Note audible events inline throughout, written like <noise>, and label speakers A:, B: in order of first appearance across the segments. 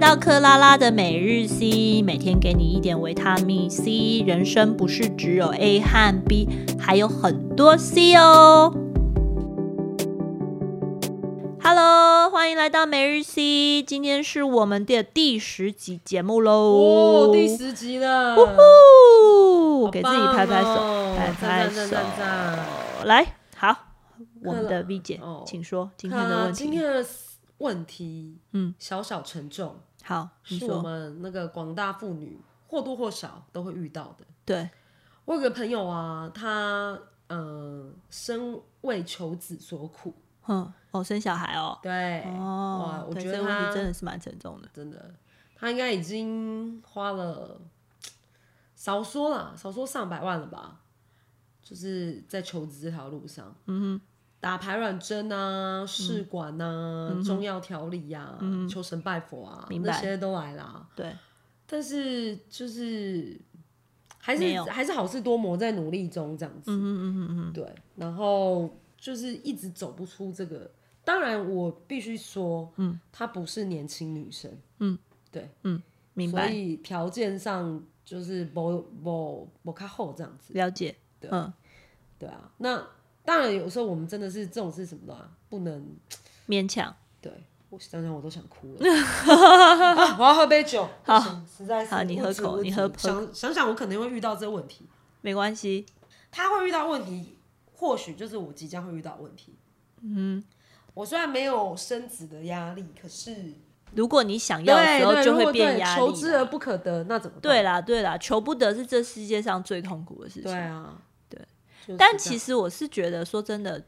A: 到克拉拉的每日 C，每天给你一点维他命 C。人生不是只有 A 和 B，还有很多 C 哦。Hello，欢迎来到每日 C，今天是我们的第十集节目喽。
B: 哦，第十集了，哦
A: 呜呼，
B: 好哦
A: 给自己拍拍手，
B: 棒哦
A: 拍拍
B: 赞赞
A: 手
B: 赞赞赞。
A: 来，好，我
B: 克
A: 们
B: 拉
A: 的 V 姐，
B: 哦
A: 请说今天的
B: 那
A: 问
B: 今
A: 题。
B: 天的问题，
A: 嗯，
B: 小小沉重，
A: 好，你
B: 是我
A: 说。
B: 们那个广大妇女或多或少都会遇到的。
A: 对，
B: 我有个朋友啊，他嗯，身为求子所苦，
A: 嗯，哦，生小孩哦。
B: 对，哎哇
A: 哦，
B: 我
A: 对
B: 觉
A: 这个
B: 得
A: 问
B: 他
A: 题真的是蛮沉重的。
B: 真的，他应该已经花了，少说啦，少说上百万了吧，就是在求职这条路上，嗯打排卵针啊，
A: 嗯
B: 试管啊，中药调理呀、啊，求神拜佛啊，
A: 明白
B: 那些都来啦。
A: 对，
B: 但是就是还
A: 没
B: 是
A: 有
B: 还是好事多磨，在努力中这样子，
A: 嗯嗯嗯嗯嗯，
B: 对，然后就是一直走不出这个。当然，我必须说，嗯，她不是年轻女生，
A: 嗯，
B: 对，
A: 明
B: 所
A: 白，
B: 以条件上就是不不不靠后这样子，
A: 了解。
B: 对
A: 嗯，
B: 对啊。那当然，有时候我们真的是这种是什么的、啊，不能
A: 勉强。
B: 对我想想我都想
A: <laughs>
B: 哭了、啊我要喝杯酒，好，实在是
A: 好你
B: 我
A: 喝
B: 只
A: 口
B: 我
A: 你
B: 只
A: 喝口
B: 想想想我可能会遇到这个问题，
A: 没关系，
B: 他会遇到问题，或许就是我即将会遇到问题。嗯，我虽然没有升职的压力，可是
A: 如果你想要的时候
B: 对
A: 就
B: 如
A: 会
B: 果
A: 变
B: 对
A: 压
B: 求
A: 力
B: 之而
A: 啦。
B: 不可得，那怎么办
A: 对啦，对啦，求不得是这世界上最痛苦的事
B: 对
A: 情。
B: 啊，
A: 对
B: 就是这样，嗯
A: 但其实我是觉得，说真的，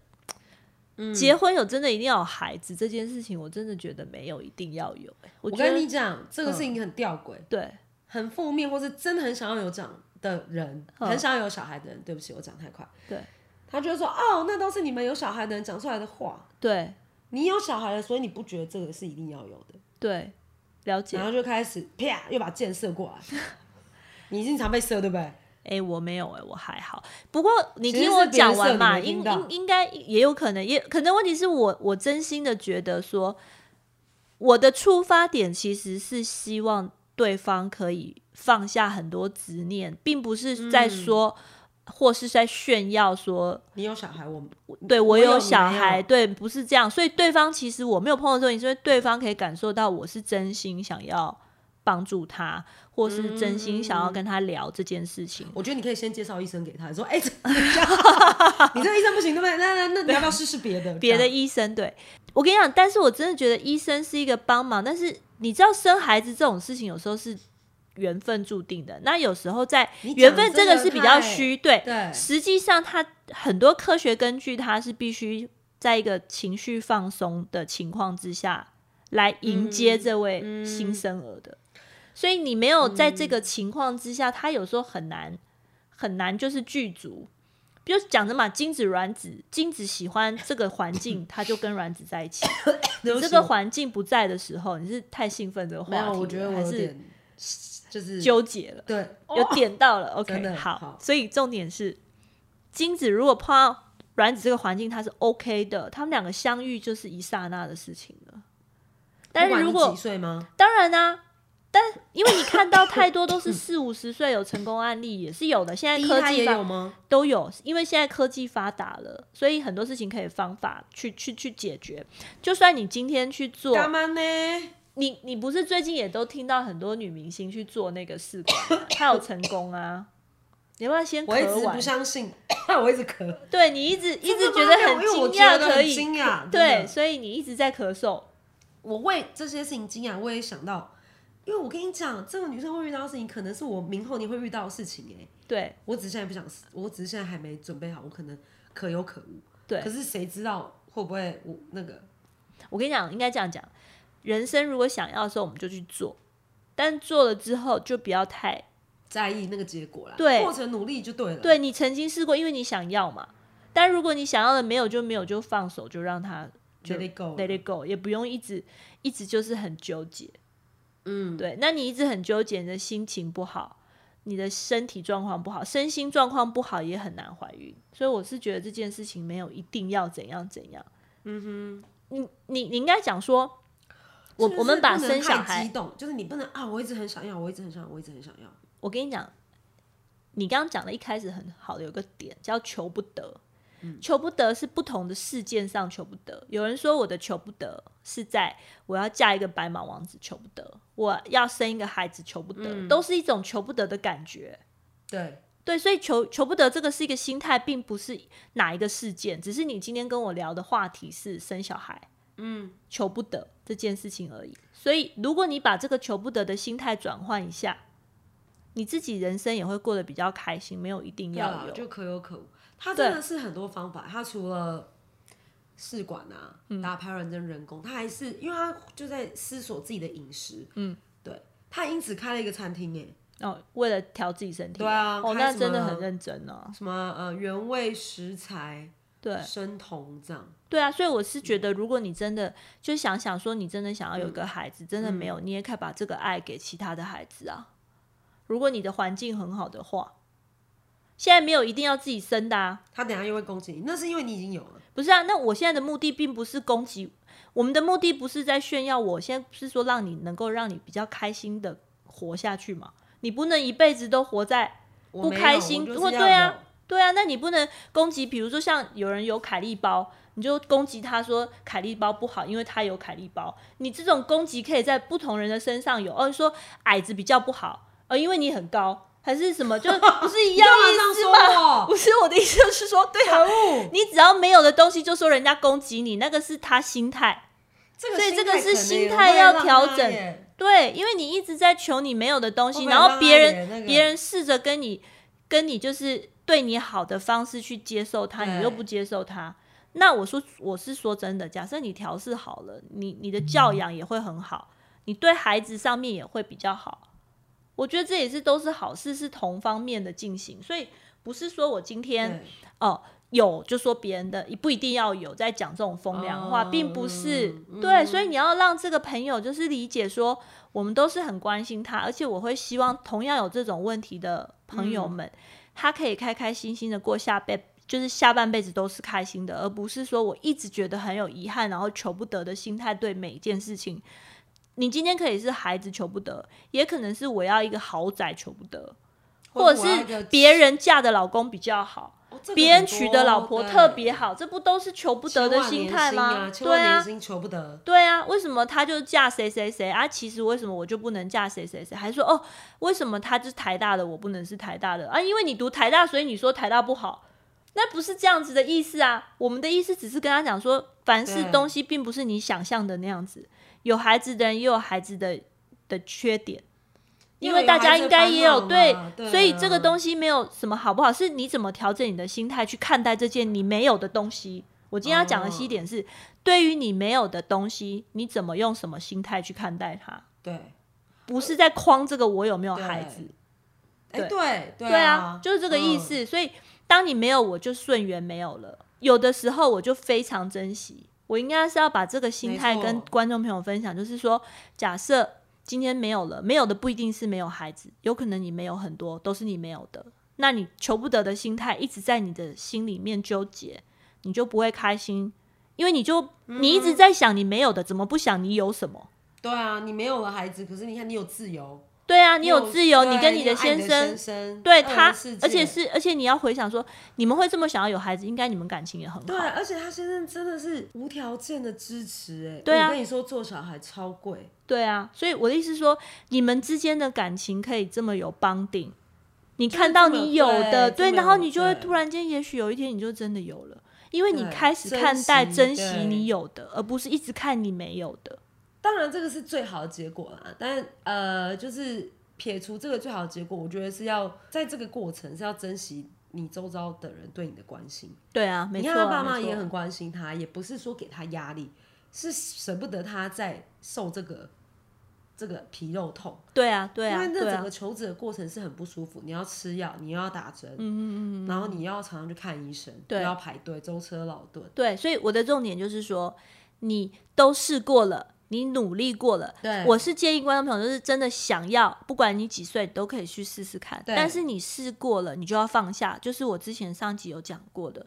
A: 结婚有真的一定要有孩子这件事情，我真的觉得没有一定要有、欸我
B: 我
A: 觉得嗯
B: 跟你讲，这个事情很吊诡，
A: 对，
B: 很负面，或是真的很想要有长的人，
A: 嗯
B: 很想要有小孩的人。对不起，我讲太快。
A: 对，
B: 他就会说：“哦，那都是你们有小孩的人讲出来的话。
A: 对，
B: 你有小孩了，所以你不觉得这个是一定要有的。
A: 对，了”解
B: 然。后就开始啪，又把箭射过
A: <laughs>
B: 来。你经常被射，对不对？
A: 哎、我没有哎、我还好。不过你
B: 其实
A: 听
B: 是
A: 我
B: 别人
A: 讲
B: 射
A: 完
B: 你
A: 嘛，
B: 没
A: 应
B: 听到
A: 应应该也有可能，也可能问题是我我真心的觉得说，我的出发点其实是希望对方可以放下很多执念，并不是在
B: 嗯
A: 说、或是在炫耀说
B: 你有小孩，我
A: 对我
B: 嗯我有
A: 有
B: 你
A: 小
B: 没
A: 孩，
B: 有
A: 对，不是这样。所以对方其实我没有碰到这个问题，是因为对方可以感受到我是真心想要帮助他，或是真心想
B: 嗯
A: 要跟他聊这件事情。
B: 我觉得你可以先介绍医生给他，你说：“哎、
A: <laughs>
B: 这你这个医生不行，对不对？那那那你要不要试试别的？
A: 别
B: 这
A: 的
B: 样
A: 医生，对我跟你讲，但是我真的觉得医生是一个帮忙，但是你知道生孩子这种事情有时候是缘分注定的，那有时候在
B: 你
A: 缘
B: 讲
A: 分
B: 这
A: 真的
B: 个
A: 是比较
B: 太
A: 虚，对，
B: 对
A: 实际上它很多科学根据，它是必须在一个情绪放松的情况之下来迎接这位
B: 嗯
A: 新生儿的，所以你没有在这个情况之下，他有时候很难很难就是具足。比如讲的嘛，精子卵子，精子喜欢这个环
B: <laughs>
A: 境，它就跟卵子在一起。
B: 对不
A: 这
B: 起
A: 个环境不在的时候，你是太兴奋这个话
B: 没
A: 题了，
B: 有，我觉得我
A: 还
B: 有
A: 是
B: 点就是
A: 纠结了。
B: 对，哦
A: 有点到
B: <laughs>
A: 了、o
B: 真
A: k
B: 的
A: 好，
B: 好
A: 所以重点是精子如果碰到卵子这个环境，它是 OK 的，他们两个相遇就是一刹那的事情了。但
B: 不
A: 是
B: 管
A: 如
B: 你
A: 果
B: 几岁吗？
A: 当然啊，
B: <laughs>
A: 但因为你看到太多都是四五十岁有成功案例也是有的，现在
B: 第一
A: 科
B: 胎
A: 技
B: 也有
A: 发
B: 吗？
A: 都有，因为现在科技发达了，所以很多事情可以方法去去去解决。就算你今天去做，
B: 干嘛呢？
A: 你你不是最近也都听到很多女明星去做那个试管吗，她有成功啊？你要不要先
B: 我一直
A: 咳完
B: 不？相信， <laughs> 我一直咳，
A: 对你一直一直觉
B: 真
A: 得
B: 的吗
A: 很
B: 因为我
A: 惊
B: 觉
A: 讶，
B: 得很
A: 可以
B: 惊讶
A: 对，
B: 真的
A: 所以你一直在咳嗽，
B: 我为这些事情惊讶，我也想到，因为我跟你讲，这个女生会遇到的事情，可能是我明后年会遇到的事情、欸，
A: 对
B: 我只是现在不想，我只是现在还没准备好，我可能可有可无，
A: 对
B: 可。是谁知道会不会我那个？
A: 我跟你讲，应该这样讲，人生如果想要的时候，我们就去做，但做了之后就不要太
B: 在意那个结果啦，
A: 对
B: 过程努力就对了。，
A: 对你曾经试过，因为你想要嘛。但如果你想要的没有就没有，就放手，就让它就
B: Let it go
A: let it go，也不用一直一直就是很纠结。嗯，对。那你一直很纠结，你的心情不好，你的身体状况不好，身心状况不好也很难怀孕。所以我是觉得这件事情没有一定要怎样怎样。嗯哼，你你你应该讲说，我
B: 就是
A: 我们把
B: 不能
A: 生小
B: 太
A: 孩
B: 激动，就是你不能啊，我一直很想要，我一直很想要，我一直很想要。
A: 我跟你讲，你刚刚讲的一开始很好的有个点叫求不得，求不得是不同的事件上求不得。有人说我的求不得是在我要嫁一个白马王子求不得，我要生一个孩子求不得，都是一种求不得的感觉。
B: 对，
A: 对，所以求求不得这个是一个心态，并不是哪一个事件，只是你今天跟我聊的话题是生小孩，嗯，求不得这件事情而已。所以如果你把这个求不得的心态转换一下，你自己人生也会过得比较开心，没有一定
B: 要
A: 要
B: 啦
A: 有。
B: 啊就可有可无。它真的是很多方法，它除了试管啊、
A: 嗯
B: 打排卵针、人工，它还是因为它就在思索自己的饮食。嗯，对，它因此开了一个餐厅诶，
A: 哦，为了调自己身体，
B: 对啊
A: 哦，
B: 开
A: 那
B: 什
A: 真的
B: 么
A: 很认真哦。
B: 什么呃原味食材、
A: 对
B: 生酮这样。
A: 对啊，所以我是觉得，如果你真的就想想说，你真的想要有个孩子，真的没有，你也可以把这个爱给其他的孩子啊。如果你的环境很好的话，现在没有一定要自己生的啊，
B: 他等一下又会攻击你，那是因为你已经有了。
A: 不是啊？那我现在的目的并不是攻击，我们的目的不是在炫耀我，现在是说让你能够让你比较开心的活下去嘛。你不能一辈子都活在
B: 我
A: 不
B: 没有
A: 开心
B: 我就是
A: 或
B: 要
A: 对啊
B: 有
A: 对啊，那你不能攻击，比如说像有人有凯利包，你就攻击他说凯利包不好，因为他有凯利包。你这种攻击可以在不同人的身上有，哦，说矮子比较不好，呃，因为你很高，还是什么，
B: <laughs>
A: 就不是一样
B: 干嘛这
A: 意
B: 样
A: 思
B: 说
A: 吗？
B: 我
A: 不是我的意思，就是说，对啊，
B: 可恶，
A: 你只要没有的东西就说人家攻击你，那个是他心态。
B: 这个
A: 所以
B: 心
A: 这个
B: 态
A: 是
B: 可能
A: 心
B: 也
A: 态
B: 会
A: 要
B: 让
A: 调
B: 他
A: 整
B: 也
A: 对，因为你一直在求你没有的东
B: 会
A: 西，
B: 不会
A: 然后
B: 让
A: 别
B: 他
A: 人
B: 也那个
A: 别人试着跟你跟你就是对你好的方式去接受他，你
B: 对
A: 又不接受他。那我说我是说真的，假设你调试好了，你你的教养也会很好，你对孩子上面也会比较好。我觉得这也是都是好事，是同方面的进行，所以不是说我今天
B: 对
A: 哦有就说别人的，也不一定要有在讲这种风凉话，
B: 哦
A: 并不是、
B: 嗯
A: 对，所以你要让这个朋友就是理解说，我们都是很关心他，而且我会希望同样有这种问题的朋
B: 嗯
A: 友们，他可以开开心心的过下辈，就是下半辈子都是开心的，而不是说我一直觉得很有遗憾，然后求不得的心态对每一件事情。你今天可以是孩子求不得，也可能是我要一个豪宅求不得，或者
B: 我要一
A: 是
B: 个
A: 别人嫁的老公比较好，
B: 哦这个
A: 别人
B: 很
A: 娶
B: 多
A: 的老婆特别
B: 对
A: 好，这不都是求不得
B: 千
A: 的
B: 万
A: 心
B: 年
A: 态
B: 薪
A: 吗
B: 啊？千
A: 对
B: 万
A: 啊
B: 年，薪求不得，
A: 对啊，为什么她就嫁谁谁谁啊？其实为什么我就不能嫁谁谁谁？还说哦，为什么她就是台大的，我不能是台大的啊？因为你读台大，所以你说台大不好，那不是这样子的意思啊。我们的意思只是跟他讲说，凡是
B: 对
A: 东西并不是你想象的那样子，有孩子的人也有孩子的的缺点。因为大家应该也有对
B: 对，，啊
A: 所以这个
B: 西
A: 东西没有什么好不好，是你怎么调整你的心态去看待这件你没有的东西。我今天要讲的西点是，对于你没有的东西，你怎么用什么心态去看待它，
B: 对，
A: 不是在框这个我有没有
B: 对
A: 孩子，
B: 哎对对
A: 对啊，就是这个意。
B: 嗯
A: 思。所以当你没有，我就顺缘没有了。有的时候我就非常珍惜，我应该是要把这个心态
B: 没错
A: 跟观众朋友分享，就是说，假设今天没有了，没有的不一定是没有孩子，有可能你没有很多，都是你没有的。那你求不得的心态一直在你的心里面纠结，你就不会开心，因为你就
B: 嗯
A: 你一直在想你没有的，怎么不想你有什么？
B: 对啊，你没有了孩子，可是你看你有自由，
A: 对啊，你有自由，
B: 对
A: 你跟
B: 你
A: 你的
B: 有爱
A: 先
B: 你的
A: 生
B: 先生
A: 对
B: 二人
A: 他
B: 世，
A: 而且
B: 界
A: 是而且你要回想说，你们会这么想要有孩子，应该你们感情也很
B: 对，啊
A: 好。
B: 而且他先生真的是无条件的支持，哎，
A: 对啊
B: 我跟你说做小孩超贵，
A: 对啊，所以我的意思是说，你们之间的感情可以这么有绑定，你看到
B: 这么
A: 你有的，
B: 对
A: 对，
B: 这么
A: 然后
B: 有
A: 你就会
B: 对
A: 突然间，也许有一天你就真的有了，因为你
B: 对
A: 开始
B: 珍
A: 看待
B: 惜
A: 珍惜
B: 对
A: 你有的，而不是一直看你没有的。
B: 当然这个是最好的结果啦，但呃，就是撇除这个最好的结果，我觉得是要在这个过程是要珍惜你周遭的人对你的关心。
A: 对啊，没
B: 你
A: 错啊，
B: 看他爸妈
A: 没错
B: 也
A: 啊
B: 很关心他，也不是说给他压力，是舍不得他在受这个这个皮肉痛，
A: 对啊，对啊，
B: 因为那
A: 对
B: 整
A: 啊
B: 个，求子的过程是很不舒服，你要吃药，你又要打针，嗯嗯嗯，然后你又要常常去看医生，
A: 对
B: 又要排队舟车劳顿，
A: 对，所以我的重点就是说，你都试过了，你努力过了，
B: 对
A: 我是建议观众朋友，就是真的想要，不管你几岁，你都可以去试试看。
B: 对
A: 但是你试过了，你就要放下。就是我之前上集有讲过的，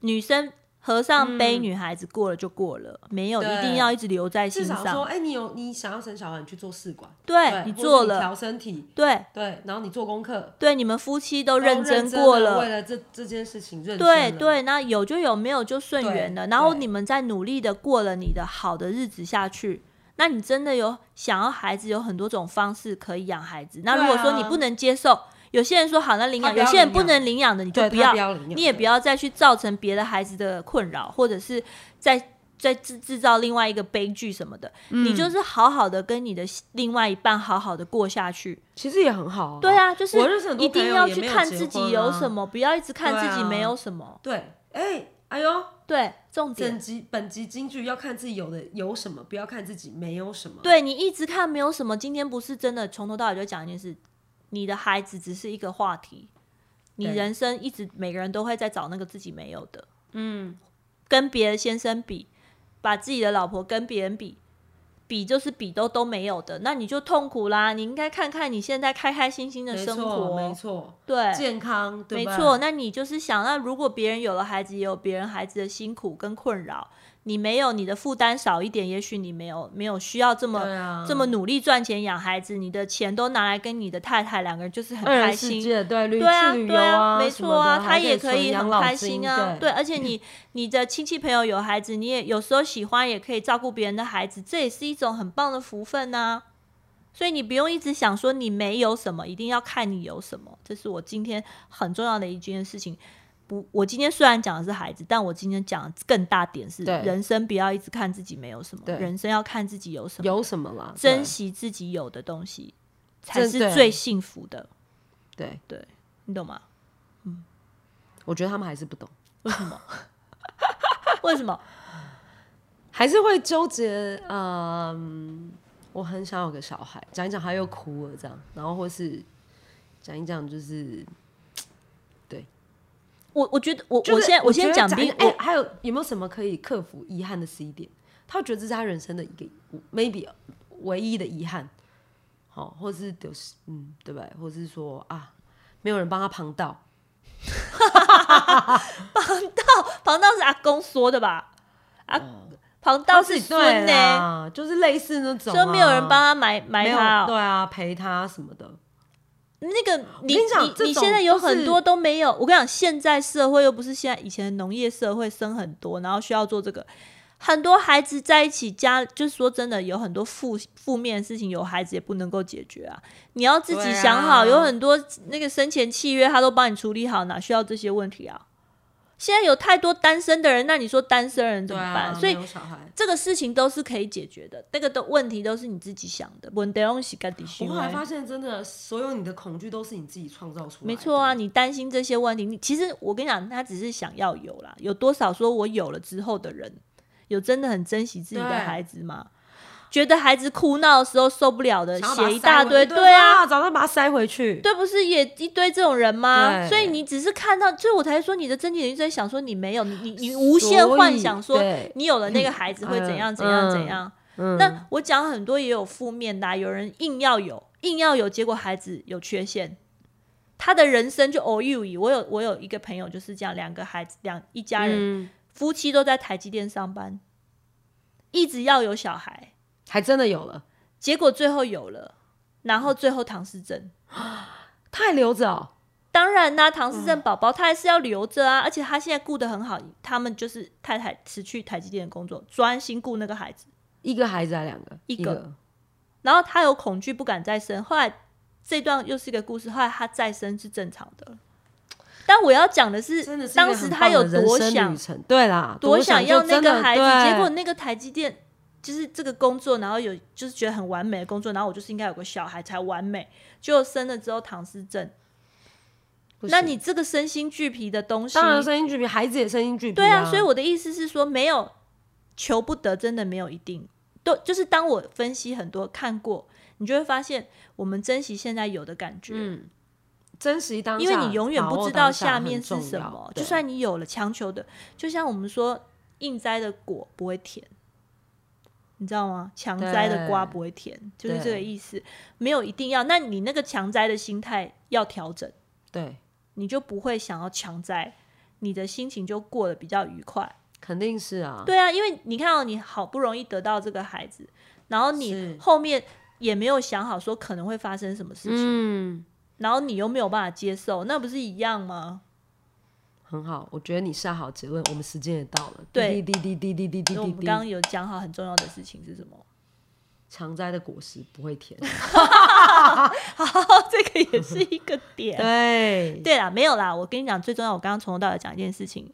A: 女生和
B: 嗯
A: 尚背女孩子过了就过了，没有一定要一直留在心
B: 至少说，
A: 上。
B: 哎、你有你想要生小孩，你去做试管，
A: 对你
B: 或者
A: 做
B: 你
A: 了，
B: 调身体，
A: 对
B: 对，然后你做功课，
A: 对，你们夫妻都
B: 都
A: 认
B: 真
A: 真过
B: 了，为
A: 了。
B: 了这这件事情认真
A: 对
B: 了，
A: 对，那有就有，没有就顺
B: 对
A: 缘了。然后
B: 对
A: 你们再努力的过了你的好的日子下去，那你真的有想要孩子，有很多种方式可以养孩子。那
B: 对
A: 如果说
B: 啊
A: 你不能接受，有些人说好那领
B: 他
A: 养，
B: 不
A: 有
B: 要
A: 些人
B: 领
A: 不
B: 养
A: 能领养的，你就
B: 对，
A: 不
B: 他
A: 要
B: 不，要领养，
A: 你也不要再去造成别的孩子的困扰，或者是再再制制造另外一个悲剧什么的。你
B: 嗯
A: 就是好好的跟你的另外一半好好的过下去。
B: 其实也很好、啊，
A: 对啊，就是
B: 哦我认识很多
A: 一
B: 朋友
A: 定要
B: 也
A: 去
B: 没有
A: 看
B: 结
A: 自己
B: 婚
A: 有
B: 啊
A: 什么，不要一直看
B: 对
A: 自己没
B: 啊
A: 有什么。
B: 对，哎、哎呦，
A: 对，重
B: 整
A: 点。
B: 集本集京剧要看自己有的有什么，不要看自己没有什么，
A: 对你一直看没有什么，今天不是真的从头到尾就讲一件事，你的孩子只是一个话题，你
B: 对
A: 人生一直每个人都会在找那个自己没有的，嗯，跟别的先生比，把自己的老婆跟别人比，比就是比都都没有的，那你就痛苦啦。你应该看看你现在开开心心的
B: 没
A: 生
B: 错，没
A: 活，
B: 错，
A: 对，
B: 健康，对
A: 没
B: 吧
A: 错，，那你就是想，那如果别人有了孩子，也有别人孩子的辛苦跟困扰，你没有，你的负担少一点，也许你没有没有需要这么、
B: 对啊，
A: 这么努力赚钱养孩子，你的钱都拿来跟你的太太两个人就是很
B: 二人
A: 开
B: 世
A: 心。
B: 界对旅
A: 对啊，
B: 去旅
A: 对
B: 游
A: 啊，没
B: 什么
A: 错啊，
B: 的
A: 他
B: 还
A: 也
B: 可
A: 可以
B: 养
A: 很
B: 老
A: 开
B: 金
A: 心啊。
B: 对
A: 对，而且
B: <laughs>
A: 你你的亲戚朋友有孩子，你也有时候喜欢，也可以照顾别人的孩子，这也是一种很棒的福分呐、所以你不用一直想说你没有什么，一定要看你有什么。这是我今天很重要的一件事情。不，我今天虽然讲的是孩子，但我今天讲的更大点是
B: 对
A: 人生，不要一直看自己没有什么，
B: 对
A: 人生要看自己有什么。
B: 有什么啦？
A: 珍惜自己有的东西，才
B: 真
A: 是
B: 对
A: 最幸福的，
B: 对，对
A: 你懂吗？ <laughs>
B: 我觉得他们还是不懂，
A: 为什么？为什么？
B: 还是会纠结。嗯，我很想有个小孩，讲一讲他又哭了，这样，然后或是讲一讲就是，
A: 我我觉得我、
B: 就是
A: 我现在我
B: 觉
A: 现在
B: 得
A: 讲
B: 一
A: 比
B: 哎、
A: 我、
B: 还有有没有什么可以克服遗憾的 C 点？他会觉得这是他人生的一个 maybe 唯一的遗憾，好、或是就是嗯，对不对？或是说啊，没有人帮他旁道。
A: 庞道是阿公说的吧？啊，
B: 哦
A: 庞道
B: 他
A: 是
B: 自己
A: 孙呢、
B: 啊，就是类似那种、啊，
A: 说没有人帮他埋埋
B: 没有
A: 他、哦。
B: 对啊，陪他什么的，
A: 那个你
B: 我跟你讲这
A: 你
B: 种
A: 现在有
B: 就是
A: 很多都没有。我跟你讲，现在社会又不是现在以前农业社会生很多，然后需要做这个。很多孩子在一起家，就是说真的，有很多负负面的事情，有孩子也不能够解决啊。你要自己
B: 对啊
A: 想好，有很多那个生前契约，他都帮你处理好，哪需要这些问题啊？现在有太多单身的人，那你说单身人怎
B: 对
A: 么办？
B: 啊，
A: 所以
B: 没有小孩。
A: 这个事情都是可以解决的，那个的问题都是你自己想的。问题都是自己想
B: 我
A: 的
B: 后来发现，真的，所有你的恐惧都是你自己创造出来的。
A: 没错啊，，你担心这些问题，你其实我跟你讲，他只是想要有啦。有多少说我有了之后的人，有真的很珍惜自己的
B: 对
A: 孩子吗？觉得孩子哭闹的时候受不了的，
B: 想要把它
A: 写一大堆，
B: 塞回
A: 对啊，，
B: 早上把它塞回去。
A: 对，不是也一堆这种人吗？
B: 对
A: 所以你只是看到，所以我才说你的真点就在想说你没有，你你你无限幻想说
B: 所以对
A: 你有了那个孩子会怎样
B: 嗯
A: 怎样怎样。
B: 嗯
A: 那我讲很多也有负面的啊、有人硬要有，硬要有，结果孩子有缺陷，他的人生就 all you 我有我有一个朋友就是这样，两个孩子，两一家人、
B: 嗯，
A: 夫妻都在台积电上班，一直要有小孩，
B: 还真的有了，
A: 结果最后有了，然后最后唐氏症。
B: 他还留着哦。
A: 当然啦、唐氏
B: 嗯
A: 症宝宝他还是要留着啊，而且他现在顾得很好，他们就是太太辞去台积电的工作，专心顾那个孩子。
B: 一个孩子还两个，
A: 一
B: 一
A: 个然后他有恐惧，不敢再生。后来这段又是一个故事，后来他再生是正常的。但我要讲的是，
B: 真的是一个
A: 当时
B: 很
A: 他有
B: 棒的人
A: 多
B: 生
A: 想
B: 旅，程，对啦，
A: 多
B: 想
A: 想要
B: 就
A: 那
B: 真
A: 个
B: 的
A: 孩子，
B: 对
A: 结果那个台积电就是这个工作，然后有就是觉得很完美的工作，然后我就是应该有个小孩才完美，结果生了之后唐氏症。
B: 不
A: 那
B: 行
A: 你这个身心俱疲的东西，
B: 当然声音巨比孩子也声音巨比，
A: 对
B: 啊，
A: 所以我的意思是说，没有求不得，真的没有一定。都就是当我分析很多看过，你就会发现，我们珍惜现在有的感觉，
B: 嗯，珍惜当下，
A: 因为你永远
B: 把
A: 不
B: 握
A: 知道
B: 当下
A: 下
B: 很
A: 面是
B: 重
A: 什
B: 要
A: 么。就
B: 对
A: 算你有了强求的，就像我们说，硬摘的果不会甜，你知道吗？强摘的瓜
B: 对
A: 不会甜，就是
B: 对
A: 这个意思。没有一定要，那你那个强摘的心态要调整。
B: 对，
A: 你就不会想要强摘，你的心情就过得比较愉快。
B: 肯定是啊，
A: 对啊，因为你看到、你好不容易得到这个孩子，然后你
B: 是
A: 后面也没有想好说可能会发生什么事情，
B: 嗯，
A: 然后你又没有办法接受，那不是一样吗？
B: 很好，我觉得你下好结论，我们时间也到了，
A: 对
B: 滴滴滴滴滴滴
A: 因为我
B: 滴
A: 们
B: 滴
A: 刚刚
B: 滴，
A: 有讲好很重要的事情是什么？ <laughs>
B: 常摘的果实不会甜，
A: 好，这个也是一
B: <laughs>
A: 个点。
B: 对，
A: <laughs> 对啦，没有啦，我跟你讲，最重要，我刚刚从头到尾讲一件事情，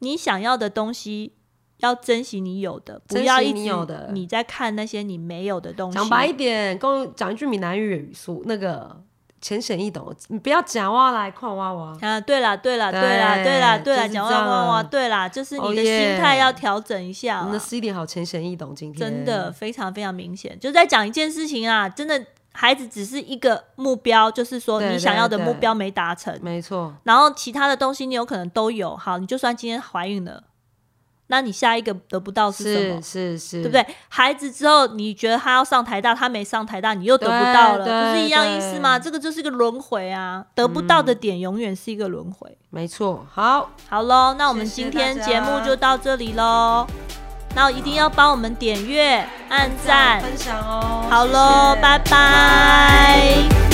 A: 你想要的东西要珍惜你有的，不
B: 珍惜
A: 要一直
B: 你有的
A: 你在看那些你没有的东西。
B: 讲白一点，跟我讲一句闽南语的语速，那个浅显易懂，你不要讲哇来看哇哇，
A: 啊，对啦，对啦，对啦，
B: 对
A: 对啦，对
B: 就
A: 啦，
B: 是
A: 讲
B: 这
A: 哇
B: 样
A: 哇哇，对啦，就是
B: 哦
A: 你的
B: 耶
A: 心态要调整一下
B: 我
A: 啦
B: 们的 C D 好浅显易懂，今天
A: 真的非常非常明显，就在讲一件事情啊，真的，孩子只是一个目标，就是说
B: 对
A: 你
B: 对
A: 想要的
B: 对
A: 目标没达成，
B: 没错，
A: 然后其他的东西你有可能都有。好，你就算今天怀孕了，那你下一个得不到是什么
B: 是？是是，
A: 对不？对？孩子之后，你觉得他要上台大，他没上台大，你又得不
B: 对
A: 到
B: 对嗯
A: 了，不是一样意思吗？这个就是一个轮回啊，得不到的点永远是一个轮回。
B: 没错，好，
A: 好喽，那我们
B: 谢谢
A: 今天
B: 大家
A: 节目就到这里喽。那一定要帮我们点阅、按赞。
B: 分享哦，
A: 好
B: 谢
A: 喽，
B: 谢
A: 拜拜